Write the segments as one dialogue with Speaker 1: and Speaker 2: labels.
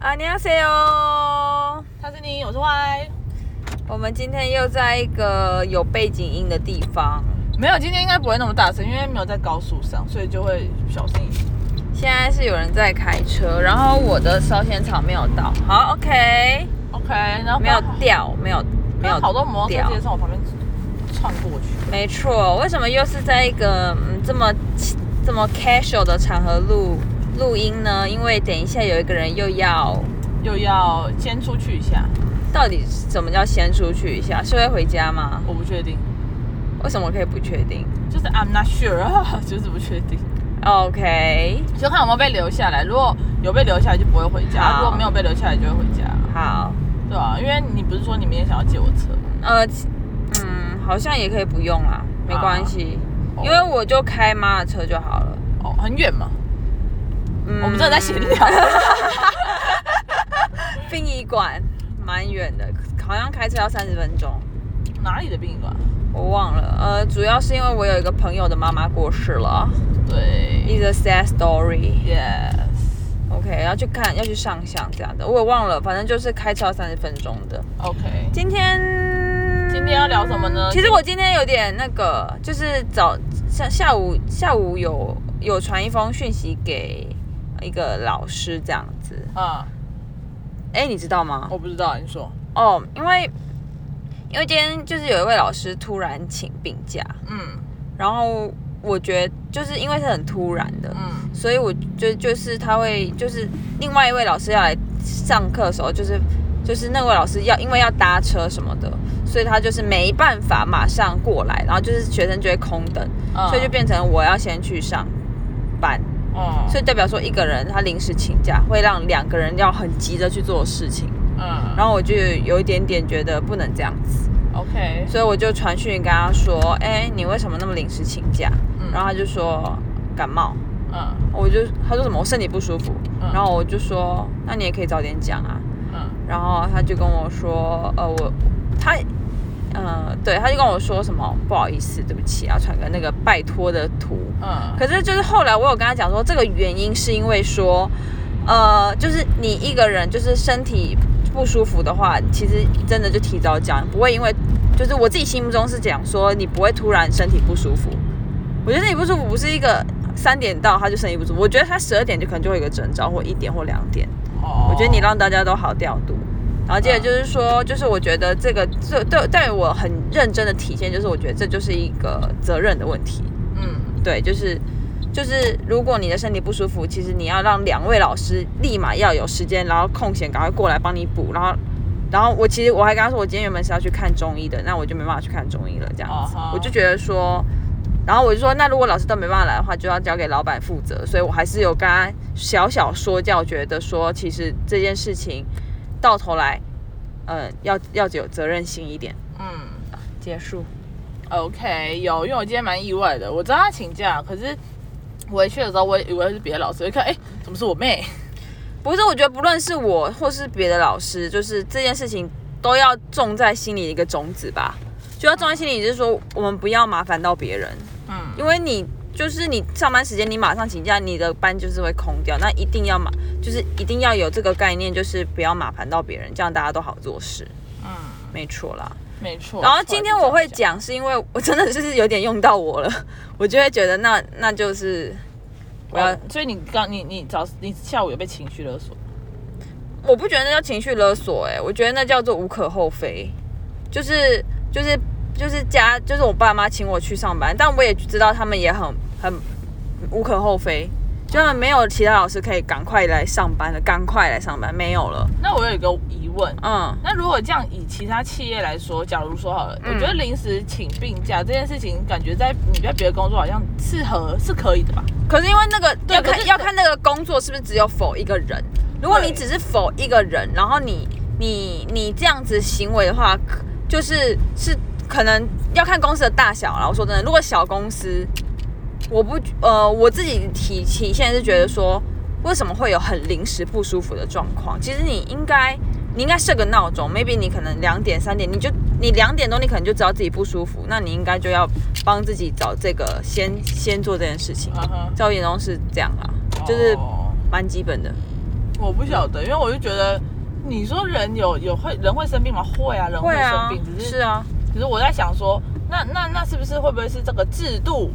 Speaker 1: 안녕하세요。
Speaker 2: 他是你，我是 Y。
Speaker 1: 我们今天又在一个有背景音的地方，
Speaker 2: 没有，今天应该不会那么大声，因为没有在高速上，所以就会小声一点。
Speaker 1: 现在是有人在开车，然后我的烧仙草没有到，好，OK，
Speaker 2: OK，然后
Speaker 1: 没有掉，没有，没
Speaker 2: 没有
Speaker 1: 有
Speaker 2: 好多摩托车直
Speaker 1: 掉
Speaker 2: 接，从我旁边窜过去。
Speaker 1: 没错。为什么又是在一个嗯这么这么 casual 的场合录录音呢？因为等一下有一个人又要，
Speaker 2: 又要先出去一下，
Speaker 1: 到底什么叫先出去一下？是会回家吗？
Speaker 2: 我不确定，
Speaker 1: 为什么我可以不确定
Speaker 2: 就是 I'm not sure，就是 不确定，
Speaker 1: ？OK，
Speaker 2: 就看有没有被留下来。如果有被留下来，就不会回家；
Speaker 1: 好
Speaker 2: 如果没有被留下来，就会回家，
Speaker 1: 好。
Speaker 2: 对啊，因为你不是说你明天想要借我车吗？
Speaker 1: 呃，其嗯，好像也可以不用啦，没关系，
Speaker 2: 啊哦
Speaker 1: 因为我就开妈的车就好了。
Speaker 2: 哦，很远嘛，
Speaker 1: 嗯
Speaker 2: 我们真的在闲聊。
Speaker 1: 殡仪馆，蛮远的，好像开车要三十分钟，
Speaker 2: 哪里的殡仪馆？
Speaker 1: 我忘了。呃，主要是因为我有一个朋友的妈妈过世了
Speaker 2: 对
Speaker 1: ，is a sad story。
Speaker 2: ，Yes，
Speaker 1: OK，要去看，要去上香这样的，我也忘了，反正就是开车要三十分钟的。
Speaker 2: OK，
Speaker 1: 今天，
Speaker 2: 今天要聊什么呢
Speaker 1: 其实我今天有点那个，就是早下下午下午有有传一封讯息给一个老师这样子。
Speaker 2: 啊、
Speaker 1: 哎，你知道吗？
Speaker 2: 我不知道，你说，
Speaker 1: 哦，因为因为今天就是有一位老师突然请病假，
Speaker 2: 嗯
Speaker 1: 然后我觉得就是因为是很突然的，
Speaker 2: 嗯
Speaker 1: 所以我就就是他会就是另外一位老师要来上课的时候，就是就是那位老师要因为要搭车什么的，所以他就是没办法马上过来，然后就是学生就会空等，
Speaker 2: 嗯
Speaker 1: 所以就变成我要先去上班，
Speaker 2: 嗯，
Speaker 1: 所以代表说一个人他临时请假会让两个人要很急着去做事情，
Speaker 2: 嗯，
Speaker 1: 然后我就有一点点觉得不能这样子，
Speaker 2: OK，
Speaker 1: 所以我就传讯跟他说，哎、你为什么那么临时请假？
Speaker 2: 嗯
Speaker 1: 然后他就说感冒。
Speaker 2: 嗯
Speaker 1: 我就他说什么我身体不舒服，
Speaker 2: 嗯
Speaker 1: 然后我就说那你也可以早点讲啊，
Speaker 2: 嗯
Speaker 1: 然后他就跟我说呃我他呃对他就跟我说什么不好意思对不起啊传个那个拜托的图，
Speaker 2: 嗯，
Speaker 1: 可是就是后来我有跟他讲说这个原因是因为说呃就是你一个人就是身体不舒服的话，其实真的就提早讲，不会因为就是我自己心目中是讲说你不会突然身体不舒服，我觉得身体不舒服不是一个三点到他就身体不舒服，我觉得他十二点就可能就会有一个征兆，或一点或两点。
Speaker 2: 哦
Speaker 1: 我觉得你让大家都好调度。然后接着就是说，就是我觉得这个这对对我很认真的体现，就是我觉得这就是一个责任的问题。
Speaker 2: 嗯
Speaker 1: 对，就是就是如果你的身体不舒服，其实你要让两位老师立马要有时间，然后空闲赶快过来帮你补。然后然后我其实我还跟他说，我今天原本是要去看中医的，那我就没办法去看中医了，这样子。
Speaker 2: 啊哈
Speaker 1: 我就觉得说，然后我就说，那如果老师都没办法来的话，就要交给老板负责。所以我还是有跟他小小说教，觉得说其实这件事情到头来，呃，要要有责任心一点。
Speaker 2: 嗯
Speaker 1: 结束。
Speaker 2: OK 有，因为我今天蛮意外的，我知道他请假，可是回去的时候我也以为是别的老师，我一看哎、怎么是我妹？
Speaker 1: 不是，我觉得不论是我或是别的老师，就是这件事情都要种在心里的一个种子吧。就要种在心里，就是说我们不要麻烦到别人，
Speaker 2: 嗯
Speaker 1: 因为你就是你上班时间你马上请假，你的班就是会空掉，那一定要马就是一定要有这个概念，就是不要麻烦到别人，这样大家都好做事，
Speaker 2: 嗯，哦
Speaker 1: 没错啦。
Speaker 2: 没错。
Speaker 1: 然后今天我会
Speaker 2: 出来
Speaker 1: 讲，是因为我真的就是有点用到我了， 我就会觉得那那就是我
Speaker 2: 就这样
Speaker 1: 要
Speaker 2: 哦所以你刚你你早你下午有被情绪勒索？
Speaker 1: 我不觉得那叫情绪勒索、欸，哎，我觉得那叫做无可厚非，就是就是就是家就是我爸妈请我去上班，但我也知道他们也很很无可厚非，就他们没有其他老师可以赶快来上班的，赶快来上班没有了，
Speaker 2: 那我有一个疑问，
Speaker 1: 嗯，
Speaker 2: 那如果这样以其他企业来说，假如说好了，
Speaker 1: 嗯
Speaker 2: 我觉得临时请病假这件事情，感觉在你在别的工作好像是合是可以的吧？
Speaker 1: 可是因为那个
Speaker 2: 对
Speaker 1: 要
Speaker 2: 可
Speaker 1: 看
Speaker 2: 是
Speaker 1: 要看那个工作是不是只有否一个人，如果你
Speaker 2: 对
Speaker 1: 只是否一个人，然后你你你这样子行为的话，可就是是可能要看公司的大小啦。我说真的，如果小公司，我不呃我自己体体现是觉得说，为什么会有很临时不舒服的状况？其实你应该你应该设个闹钟，maybe 你可能两点三点你就你两点钟你可能就知道自己不舒服，那你应该就要帮自己找这个先先做这件事情。
Speaker 2: 嗯哼，
Speaker 1: 在我眼中是这样啦，就是
Speaker 2: 哦
Speaker 1: 蛮基本的。
Speaker 2: 我不晓得，因为我就觉得，你说人有有会人会生病吗？会啊，人会
Speaker 1: 会啊
Speaker 2: 生病，只，
Speaker 1: 是
Speaker 2: 是
Speaker 1: 啊，
Speaker 2: 只是我在想说，那那那是不是会不会是这个制度？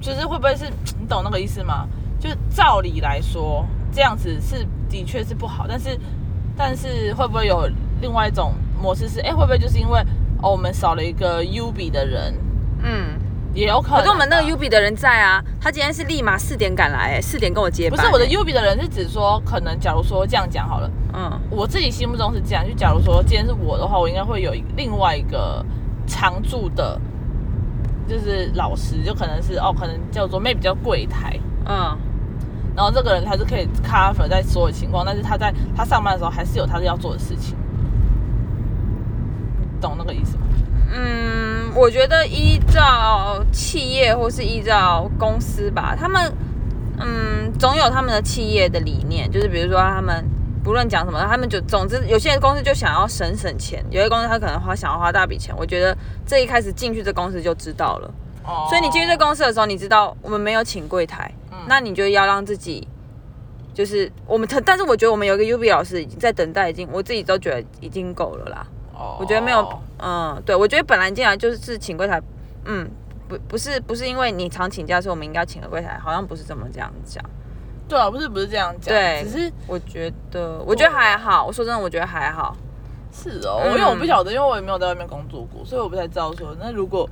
Speaker 2: 就是会不会是你懂那个意思吗？就照理来说，这样子是的确是不好，但是但是会不会有另外一种模式是，哎、会不会就是因为哦我们少了一个 U B 的人，
Speaker 1: 嗯。
Speaker 2: 也有可能啊。
Speaker 1: 可是我们那个 U B 的人在啊，他今天是立马四点赶来、欸，四点跟我接
Speaker 2: 不
Speaker 1: 班、
Speaker 2: 是我的
Speaker 1: 欸
Speaker 2: U B 的人是指说，可能假如说这样讲好了。
Speaker 1: 嗯
Speaker 2: 我自己心目中是这样，就假如说今天是我的话，我应该会有一另外一个常驻的，就是老师，就可能是哦，可能叫做 maybe 叫柜台，
Speaker 1: 嗯
Speaker 2: 然后这个人他是可以 cover 在所有情况，但是他在他上班的时候还是有他要做的事情，你懂那个意思吗？
Speaker 1: 嗯，我觉得依照企业或是依照公司吧，他们嗯总有他们的企业的理念，就是比如说他们不论讲什么，他们就总之有些公司就想要省省钱，有些公司他可能花想要花大笔钱，我觉得这一开始进去这公司就知道了。
Speaker 2: 哦
Speaker 1: 所以你进去这公司的时候，你知道我们没有请柜台，
Speaker 2: 嗯
Speaker 1: 那你就要让自己，就是我们，但是我觉得我们有一个 UB 老师已经在等待，已经我自己都觉得已经够了啦。
Speaker 2: 哦
Speaker 1: 我觉得没有，嗯，对，我觉得本来进来就是请柜台，嗯，不不是不是因为你常请假，所以我们应该请个柜台，好像不是这么这样讲。
Speaker 2: 对啊，不是不是这样讲，
Speaker 1: 对
Speaker 2: 只是
Speaker 1: 我觉得，我觉得还好，我说真的，我觉得还好。
Speaker 2: 是哦，
Speaker 1: 嗯
Speaker 2: 因为我不晓得，因为我也没有在外面工作过，所以我不太知道说，那如果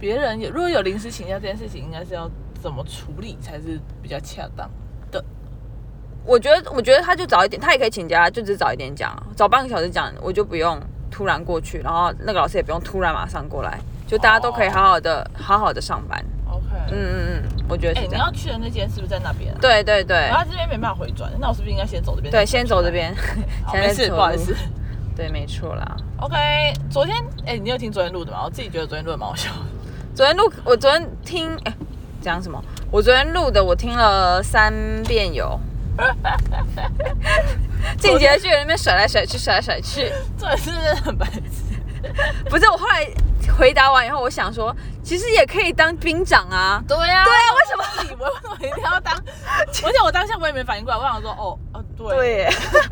Speaker 2: 别人有如果有临时请假这件事情，应该是要怎么处理才是比较恰当？
Speaker 1: 我觉得，我觉得他就早一点，他也可以请假，就只是早一点讲，啊早半个小时讲，我就不用突然过去，然后那个老师也不用突然马上过来，就大家都可以好好的、好好的上班。
Speaker 2: OK，
Speaker 1: 嗯嗯嗯，我觉得
Speaker 2: 哦哎、
Speaker 1: 是这
Speaker 2: 你
Speaker 1: 样。
Speaker 2: 要去的那间是不是在那边、啊？
Speaker 1: 对对对
Speaker 2: 然后他这边没办法回转，那我是不是应该先走这边？
Speaker 1: 对，先走这。边，
Speaker 2: 好，
Speaker 1: 现在在
Speaker 2: 没事，
Speaker 1: 走
Speaker 2: 不好意思
Speaker 1: 路。对，没错啦。
Speaker 2: OK，昨天，哎、你有听昨天录的吗？我自己觉得昨天录的蛮好笑的。
Speaker 1: 昨天录，我昨天听，哎、讲什么？我昨天录的，我听了三遍 有。进阶去那边甩来甩去，甩来甩去。
Speaker 2: 这是真的很白痴。
Speaker 1: 不是，我后来回答完以后，我想说，其实也可以当兵长啊。
Speaker 2: 对呀、
Speaker 1: 对啊
Speaker 2: 为什么你为什么一定 要当？而且我当下我也没反应过来，我想说，哦，哦，对
Speaker 1: 对，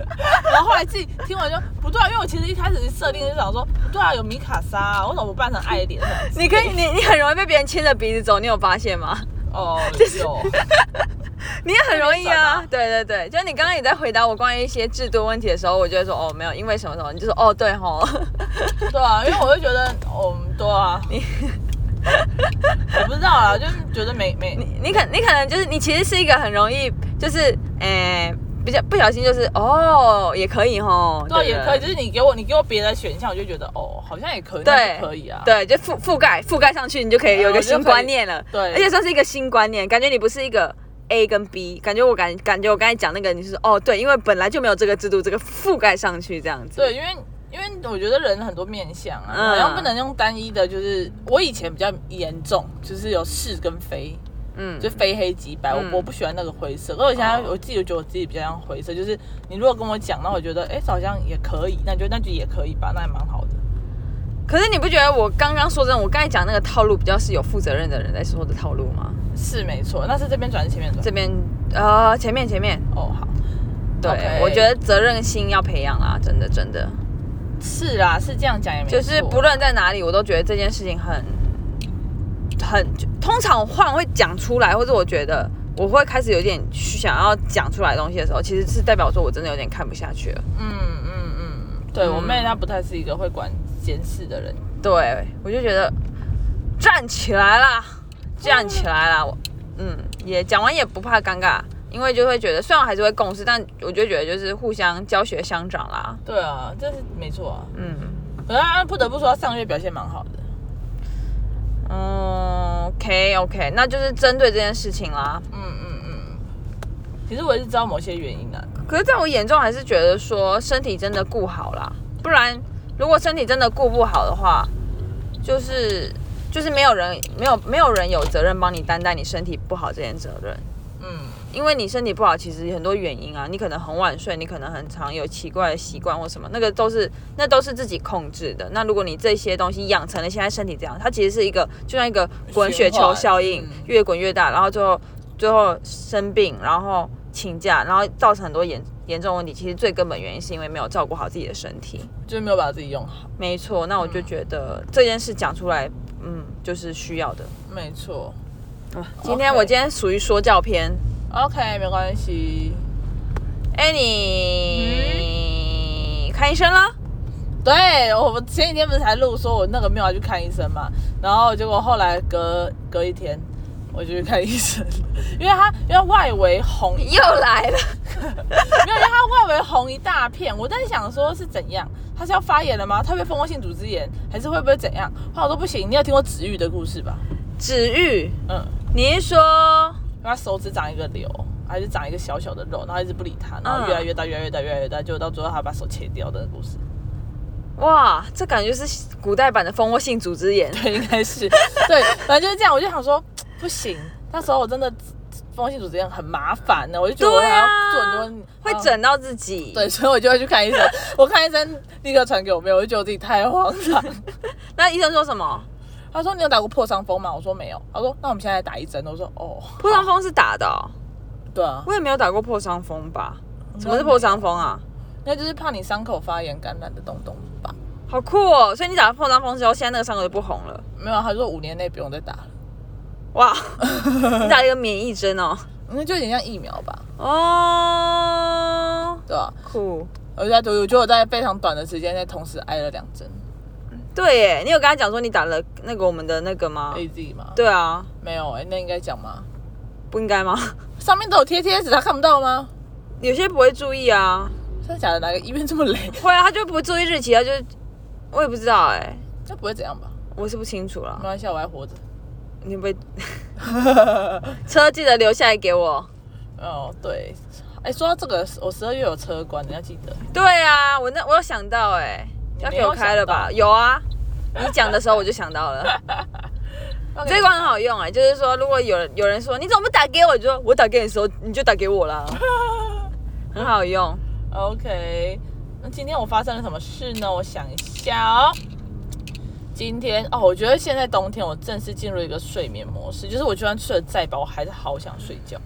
Speaker 2: 然后后来自己听完就不对啊，因为我其实一开始设定就想说，不对啊，有米卡莎、啊，为什么不扮成爱莲？
Speaker 1: 你可以，你你很容易被别人牵着鼻子走，你有发现吗？
Speaker 2: 哦，有，
Speaker 1: 你也很容易啊
Speaker 2: 那边转啊。
Speaker 1: 对对对，就是你刚刚也在回答我关于一些制度问题的时候，我就会说哦没有，因为什么什么，你就说哦对吼。
Speaker 2: 对啊，因为我就觉得，哦，对啊，你，我不知道啊，就是觉得没没
Speaker 1: 你你可你可能就是你其实是一个很容易就是诶。比较不小心就是哦，也可以吼，
Speaker 2: 对啊，
Speaker 1: 不
Speaker 2: 也可以，就是你给我你给我别的选项，我就觉得哦，好像也可以，那
Speaker 1: 对，
Speaker 2: 就可以啊，
Speaker 1: 对，就覆覆盖覆盖上去，你就可以有一个
Speaker 2: 嗯就
Speaker 1: 新
Speaker 2: 可以
Speaker 1: 观念了。
Speaker 2: 对
Speaker 1: 而且算是一个新观念，感觉你不是一个 A 跟 B，感觉我感感觉我刚才讲那个，你是哦对，因为本来就没有这个制度，这个覆盖上去这样子。
Speaker 2: 对，因为。因为我觉得人很多面相啊，
Speaker 1: 嗯
Speaker 2: 好像不能用单一的，就是我以前比较严重，就是有是跟非，
Speaker 1: 嗯，
Speaker 2: 就非黑即白，
Speaker 1: 嗯
Speaker 2: 我我不喜欢那个灰色。而我现在
Speaker 1: 哦
Speaker 2: 我自己觉得我自己比较像灰色，就是你如果跟我讲，那我觉得哎、诶好像也可以，那就那就也可以吧，那也蛮好的。
Speaker 1: 可是你不觉得我刚刚说真的，我刚才讲那个套路比较是有负责任的人在说的套路吗？
Speaker 2: 是没错，那是这边转还是前面转
Speaker 1: 这？边呃前面前面，
Speaker 2: 哦，好，
Speaker 1: 对
Speaker 2: OK
Speaker 1: 我觉得责任心要培养啦，真的真的，
Speaker 2: 是啦，是这样讲也没错
Speaker 1: 就是不论在哪里，我都觉得这件事情很很，通常我话会讲出来，或者我觉得我会开始有点想要讲出来的东西的时候，其实是代表说我真的有点看不下去了。
Speaker 2: 嗯嗯嗯，对我妹她不太是一个会管监视的人，
Speaker 1: 对，我就觉得站起来啦，站起来啦，我嗯，也讲完也不怕尴尬，因为就会觉得虽然还是会共事，但我就觉得就是互相教学相长啦，
Speaker 2: 对啊，这是没错啊。
Speaker 1: 嗯
Speaker 2: 可是她不得不说，她上个月表现蛮好的。
Speaker 1: 嗯，OK OK，那就是针对这件事情啦。
Speaker 2: 嗯嗯嗯，其实我也是知道某些原因的、啊，
Speaker 1: 可是在我眼中还是觉得说身体真的顾好啦，不然如果身体真的顾不好的话，就是就是没有人没有没有人有责任帮你担待你身体不好这件责任。
Speaker 2: 嗯。
Speaker 1: 因为你身体不好，其实很多原因啊，你可能很晚睡，你可能很常有奇怪的习惯或什么，那个都是那都是自己控制的。那如果你这些东西养成了，现在身体这样，它其实是一个就像一个滚雪球效应
Speaker 2: 循环，嗯
Speaker 1: 越滚越大，然后最后最后生病，然后请假，然后造成很多严严重问题，其实最根本原因是因为没有照顾好自己的身体。
Speaker 2: 就是没有把自己用好。
Speaker 1: 没错，那我就觉得这件事讲出来，嗯，就是需要的。
Speaker 2: 没错
Speaker 1: 今天我今天属于说教篇。
Speaker 2: ，OK，没关系。
Speaker 1: 哎、你、看医生了？
Speaker 2: 对我前几天不是才录说我那个没有要去看医生嘛，然后结果后来隔隔一天我就去看医生， 因为他因为外围红
Speaker 1: 又来了。
Speaker 2: 没有，因为它外围红一大片，我在想说是怎样，它是要发炎了吗？特别蜂窝性组织炎，还是会不会怎样？后来我说不行，你有听过子玉的故事吧？
Speaker 1: 子玉，
Speaker 2: 嗯，
Speaker 1: 你是说
Speaker 2: 他手指长一个瘤，还是长一个小小的肉，然后一直不理他，然后
Speaker 1: 嗯
Speaker 2: 越来越大，越来越大，越来越大，结果到最后他把手切掉的故事。
Speaker 1: 哇，这感觉就是古代版的蜂窝性组织炎。
Speaker 2: 对，应该是对，反正就是这样。我就想说，不行，那时候我真的蜂窝性组织炎很麻烦呢，我就觉得我
Speaker 1: 对
Speaker 2: 还
Speaker 1: 啊
Speaker 2: 要做很多，
Speaker 1: 会
Speaker 2: 啊
Speaker 1: 整到自己。
Speaker 2: 对，所以我就会去看医生。我看医生立刻传给我妹，我就觉得我自己太荒唐。
Speaker 1: 那医生说什么？
Speaker 2: 他说你有打过破伤风吗？我说没有。他说那我们现在来打一针。我说哦，
Speaker 1: 破伤风是打的哦、
Speaker 2: 对啊，
Speaker 1: 我也没有打过破伤风吧？什
Speaker 2: 该
Speaker 1: 么是破伤风啊？
Speaker 2: 那就是怕你伤口发炎感染的东东吧？
Speaker 1: 好酷哦！所以你打了破伤风之后，现在那个伤口就不红了。
Speaker 2: 没有，他说五年内不用再打了，
Speaker 1: 哇，你打了一个免疫针哦。
Speaker 2: 因嗯为就有点像疫苗吧，
Speaker 1: 哦，
Speaker 2: 对吧、
Speaker 1: 酷。
Speaker 2: 我就在我觉得我在非常短的时间内同时挨了两针
Speaker 1: 对耶，你有跟他讲说你打了那个我们的那个吗？
Speaker 2: A Z 吗？，
Speaker 1: 对啊，
Speaker 2: 没有哎、那应该讲吗？
Speaker 1: 不应该吗？
Speaker 2: 上面都有贴贴纸，他看不到吗？
Speaker 1: 有些不会注意啊，
Speaker 2: 真的假的？哪个医院这么 雷？
Speaker 1: 会啊，他就不注意日期，他就我也不知道哎，
Speaker 2: 那不会怎样吧？
Speaker 1: 我是不清楚
Speaker 2: 没
Speaker 1: 了。
Speaker 2: 关系，我还活着。
Speaker 1: 你被 车记得留下来给我。
Speaker 2: 哦，对，哎、说到这个，我十二月有车关，你要记得。
Speaker 1: 对啊，我那我有想到哎、
Speaker 2: 你
Speaker 1: 要
Speaker 2: 没
Speaker 1: 给
Speaker 2: 有
Speaker 1: 我开了吧？有啊，你讲的时候我就想到了，这一关很好用哎、就是说如果有人有人说你怎么不打给我，就说我打给你的时候你就打给我啦，很好用。
Speaker 2: OK，那今天我发生了什么事呢？我想一下哦。今天哦，我觉得现在冬天我正式进入一个睡眠模式，就是我就算睡得再饱，我还是好想睡觉。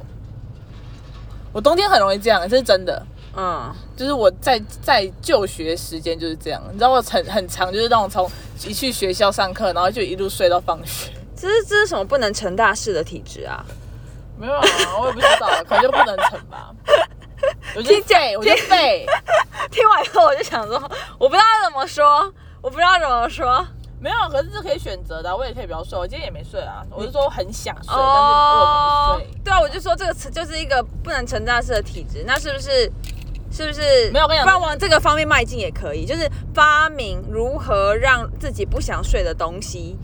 Speaker 2: 我冬天很容易这样，这是真的。
Speaker 1: 嗯，
Speaker 2: 就是我在在就学时间就是这样，你知道我很很长，就是那种从一去学校上课，然后就一路睡到放学。
Speaker 1: 这是这是什么不能成大事的体质啊？
Speaker 2: 没有啊，我也不知道，可能就不能成 吧。我就废，我就废。
Speaker 1: 听完以后我就想说，我不知道怎么说，我不知道怎么说。
Speaker 2: 没有，可是这可以选择的啊，我也可以不要睡。我今天也没睡啊，我是说我很想睡，但是我没睡。
Speaker 1: 对啊，我就说这个词就是一个不能成大事的体质，那是不是？是不是？
Speaker 2: 没有我跟你讲
Speaker 1: 不然往这个方面迈进也可以，就是发明如何让自己不想睡的东西。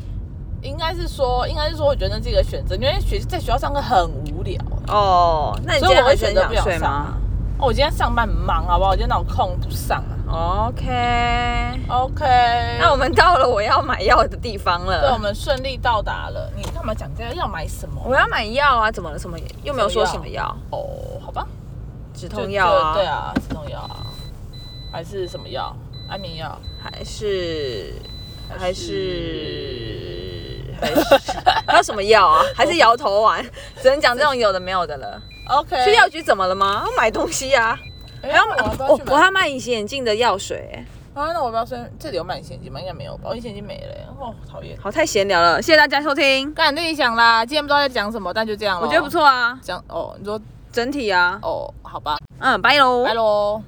Speaker 2: 应该是说，应该是说，我觉得那是一个选择，因为学在学校上课很无聊。
Speaker 1: 哦，那你今
Speaker 2: 所以
Speaker 1: 天
Speaker 2: 我会
Speaker 1: 还是很
Speaker 2: 选择
Speaker 1: 想
Speaker 2: 不想
Speaker 1: 睡
Speaker 2: 上
Speaker 1: 吗
Speaker 2: 啊哦，我今天上班很忙，好不好？我今天哪有空不上啊
Speaker 1: ？OK，
Speaker 2: ？OK，
Speaker 1: 那我们到了我要买药的地方
Speaker 2: 对，啊我
Speaker 1: 了。
Speaker 2: 们顺利到达了。你干嘛讲这个？要买什么？
Speaker 1: 我要买药啊，怎么了？什么又没有说什么药？
Speaker 2: 哦，好吧，
Speaker 1: 止
Speaker 2: 就
Speaker 1: 痛药啊？
Speaker 2: 就对啊，止痛药啊，还是什么药？安眠药？
Speaker 1: 还是还
Speaker 2: 还
Speaker 1: 是还是还有什么药 啊？还是摇头丸？只能讲这种有的没有的了。
Speaker 2: OK，
Speaker 1: 去药局怎么了吗？要买东西啊，
Speaker 2: 哎
Speaker 1: 还要买
Speaker 2: 呃那我
Speaker 1: 我
Speaker 2: 要不要去
Speaker 1: 我
Speaker 2: 买？
Speaker 1: 还卖隐形眼镜的药水、欸
Speaker 2: 啊，那我要不要先？这里有买隐形眼镜吗？应该没有吧？我隐形眼镜没了耶。哦，讨厌。
Speaker 1: 好，太闲聊了，谢谢大家收听，
Speaker 2: 干自己想啦，今天不知道在讲什么，但就这样了。
Speaker 1: 我觉得不。错啊，
Speaker 2: 讲哦，你说
Speaker 1: 整体啊，
Speaker 2: 哦，好吧，
Speaker 1: 嗯，拜喽，
Speaker 2: 拜喽。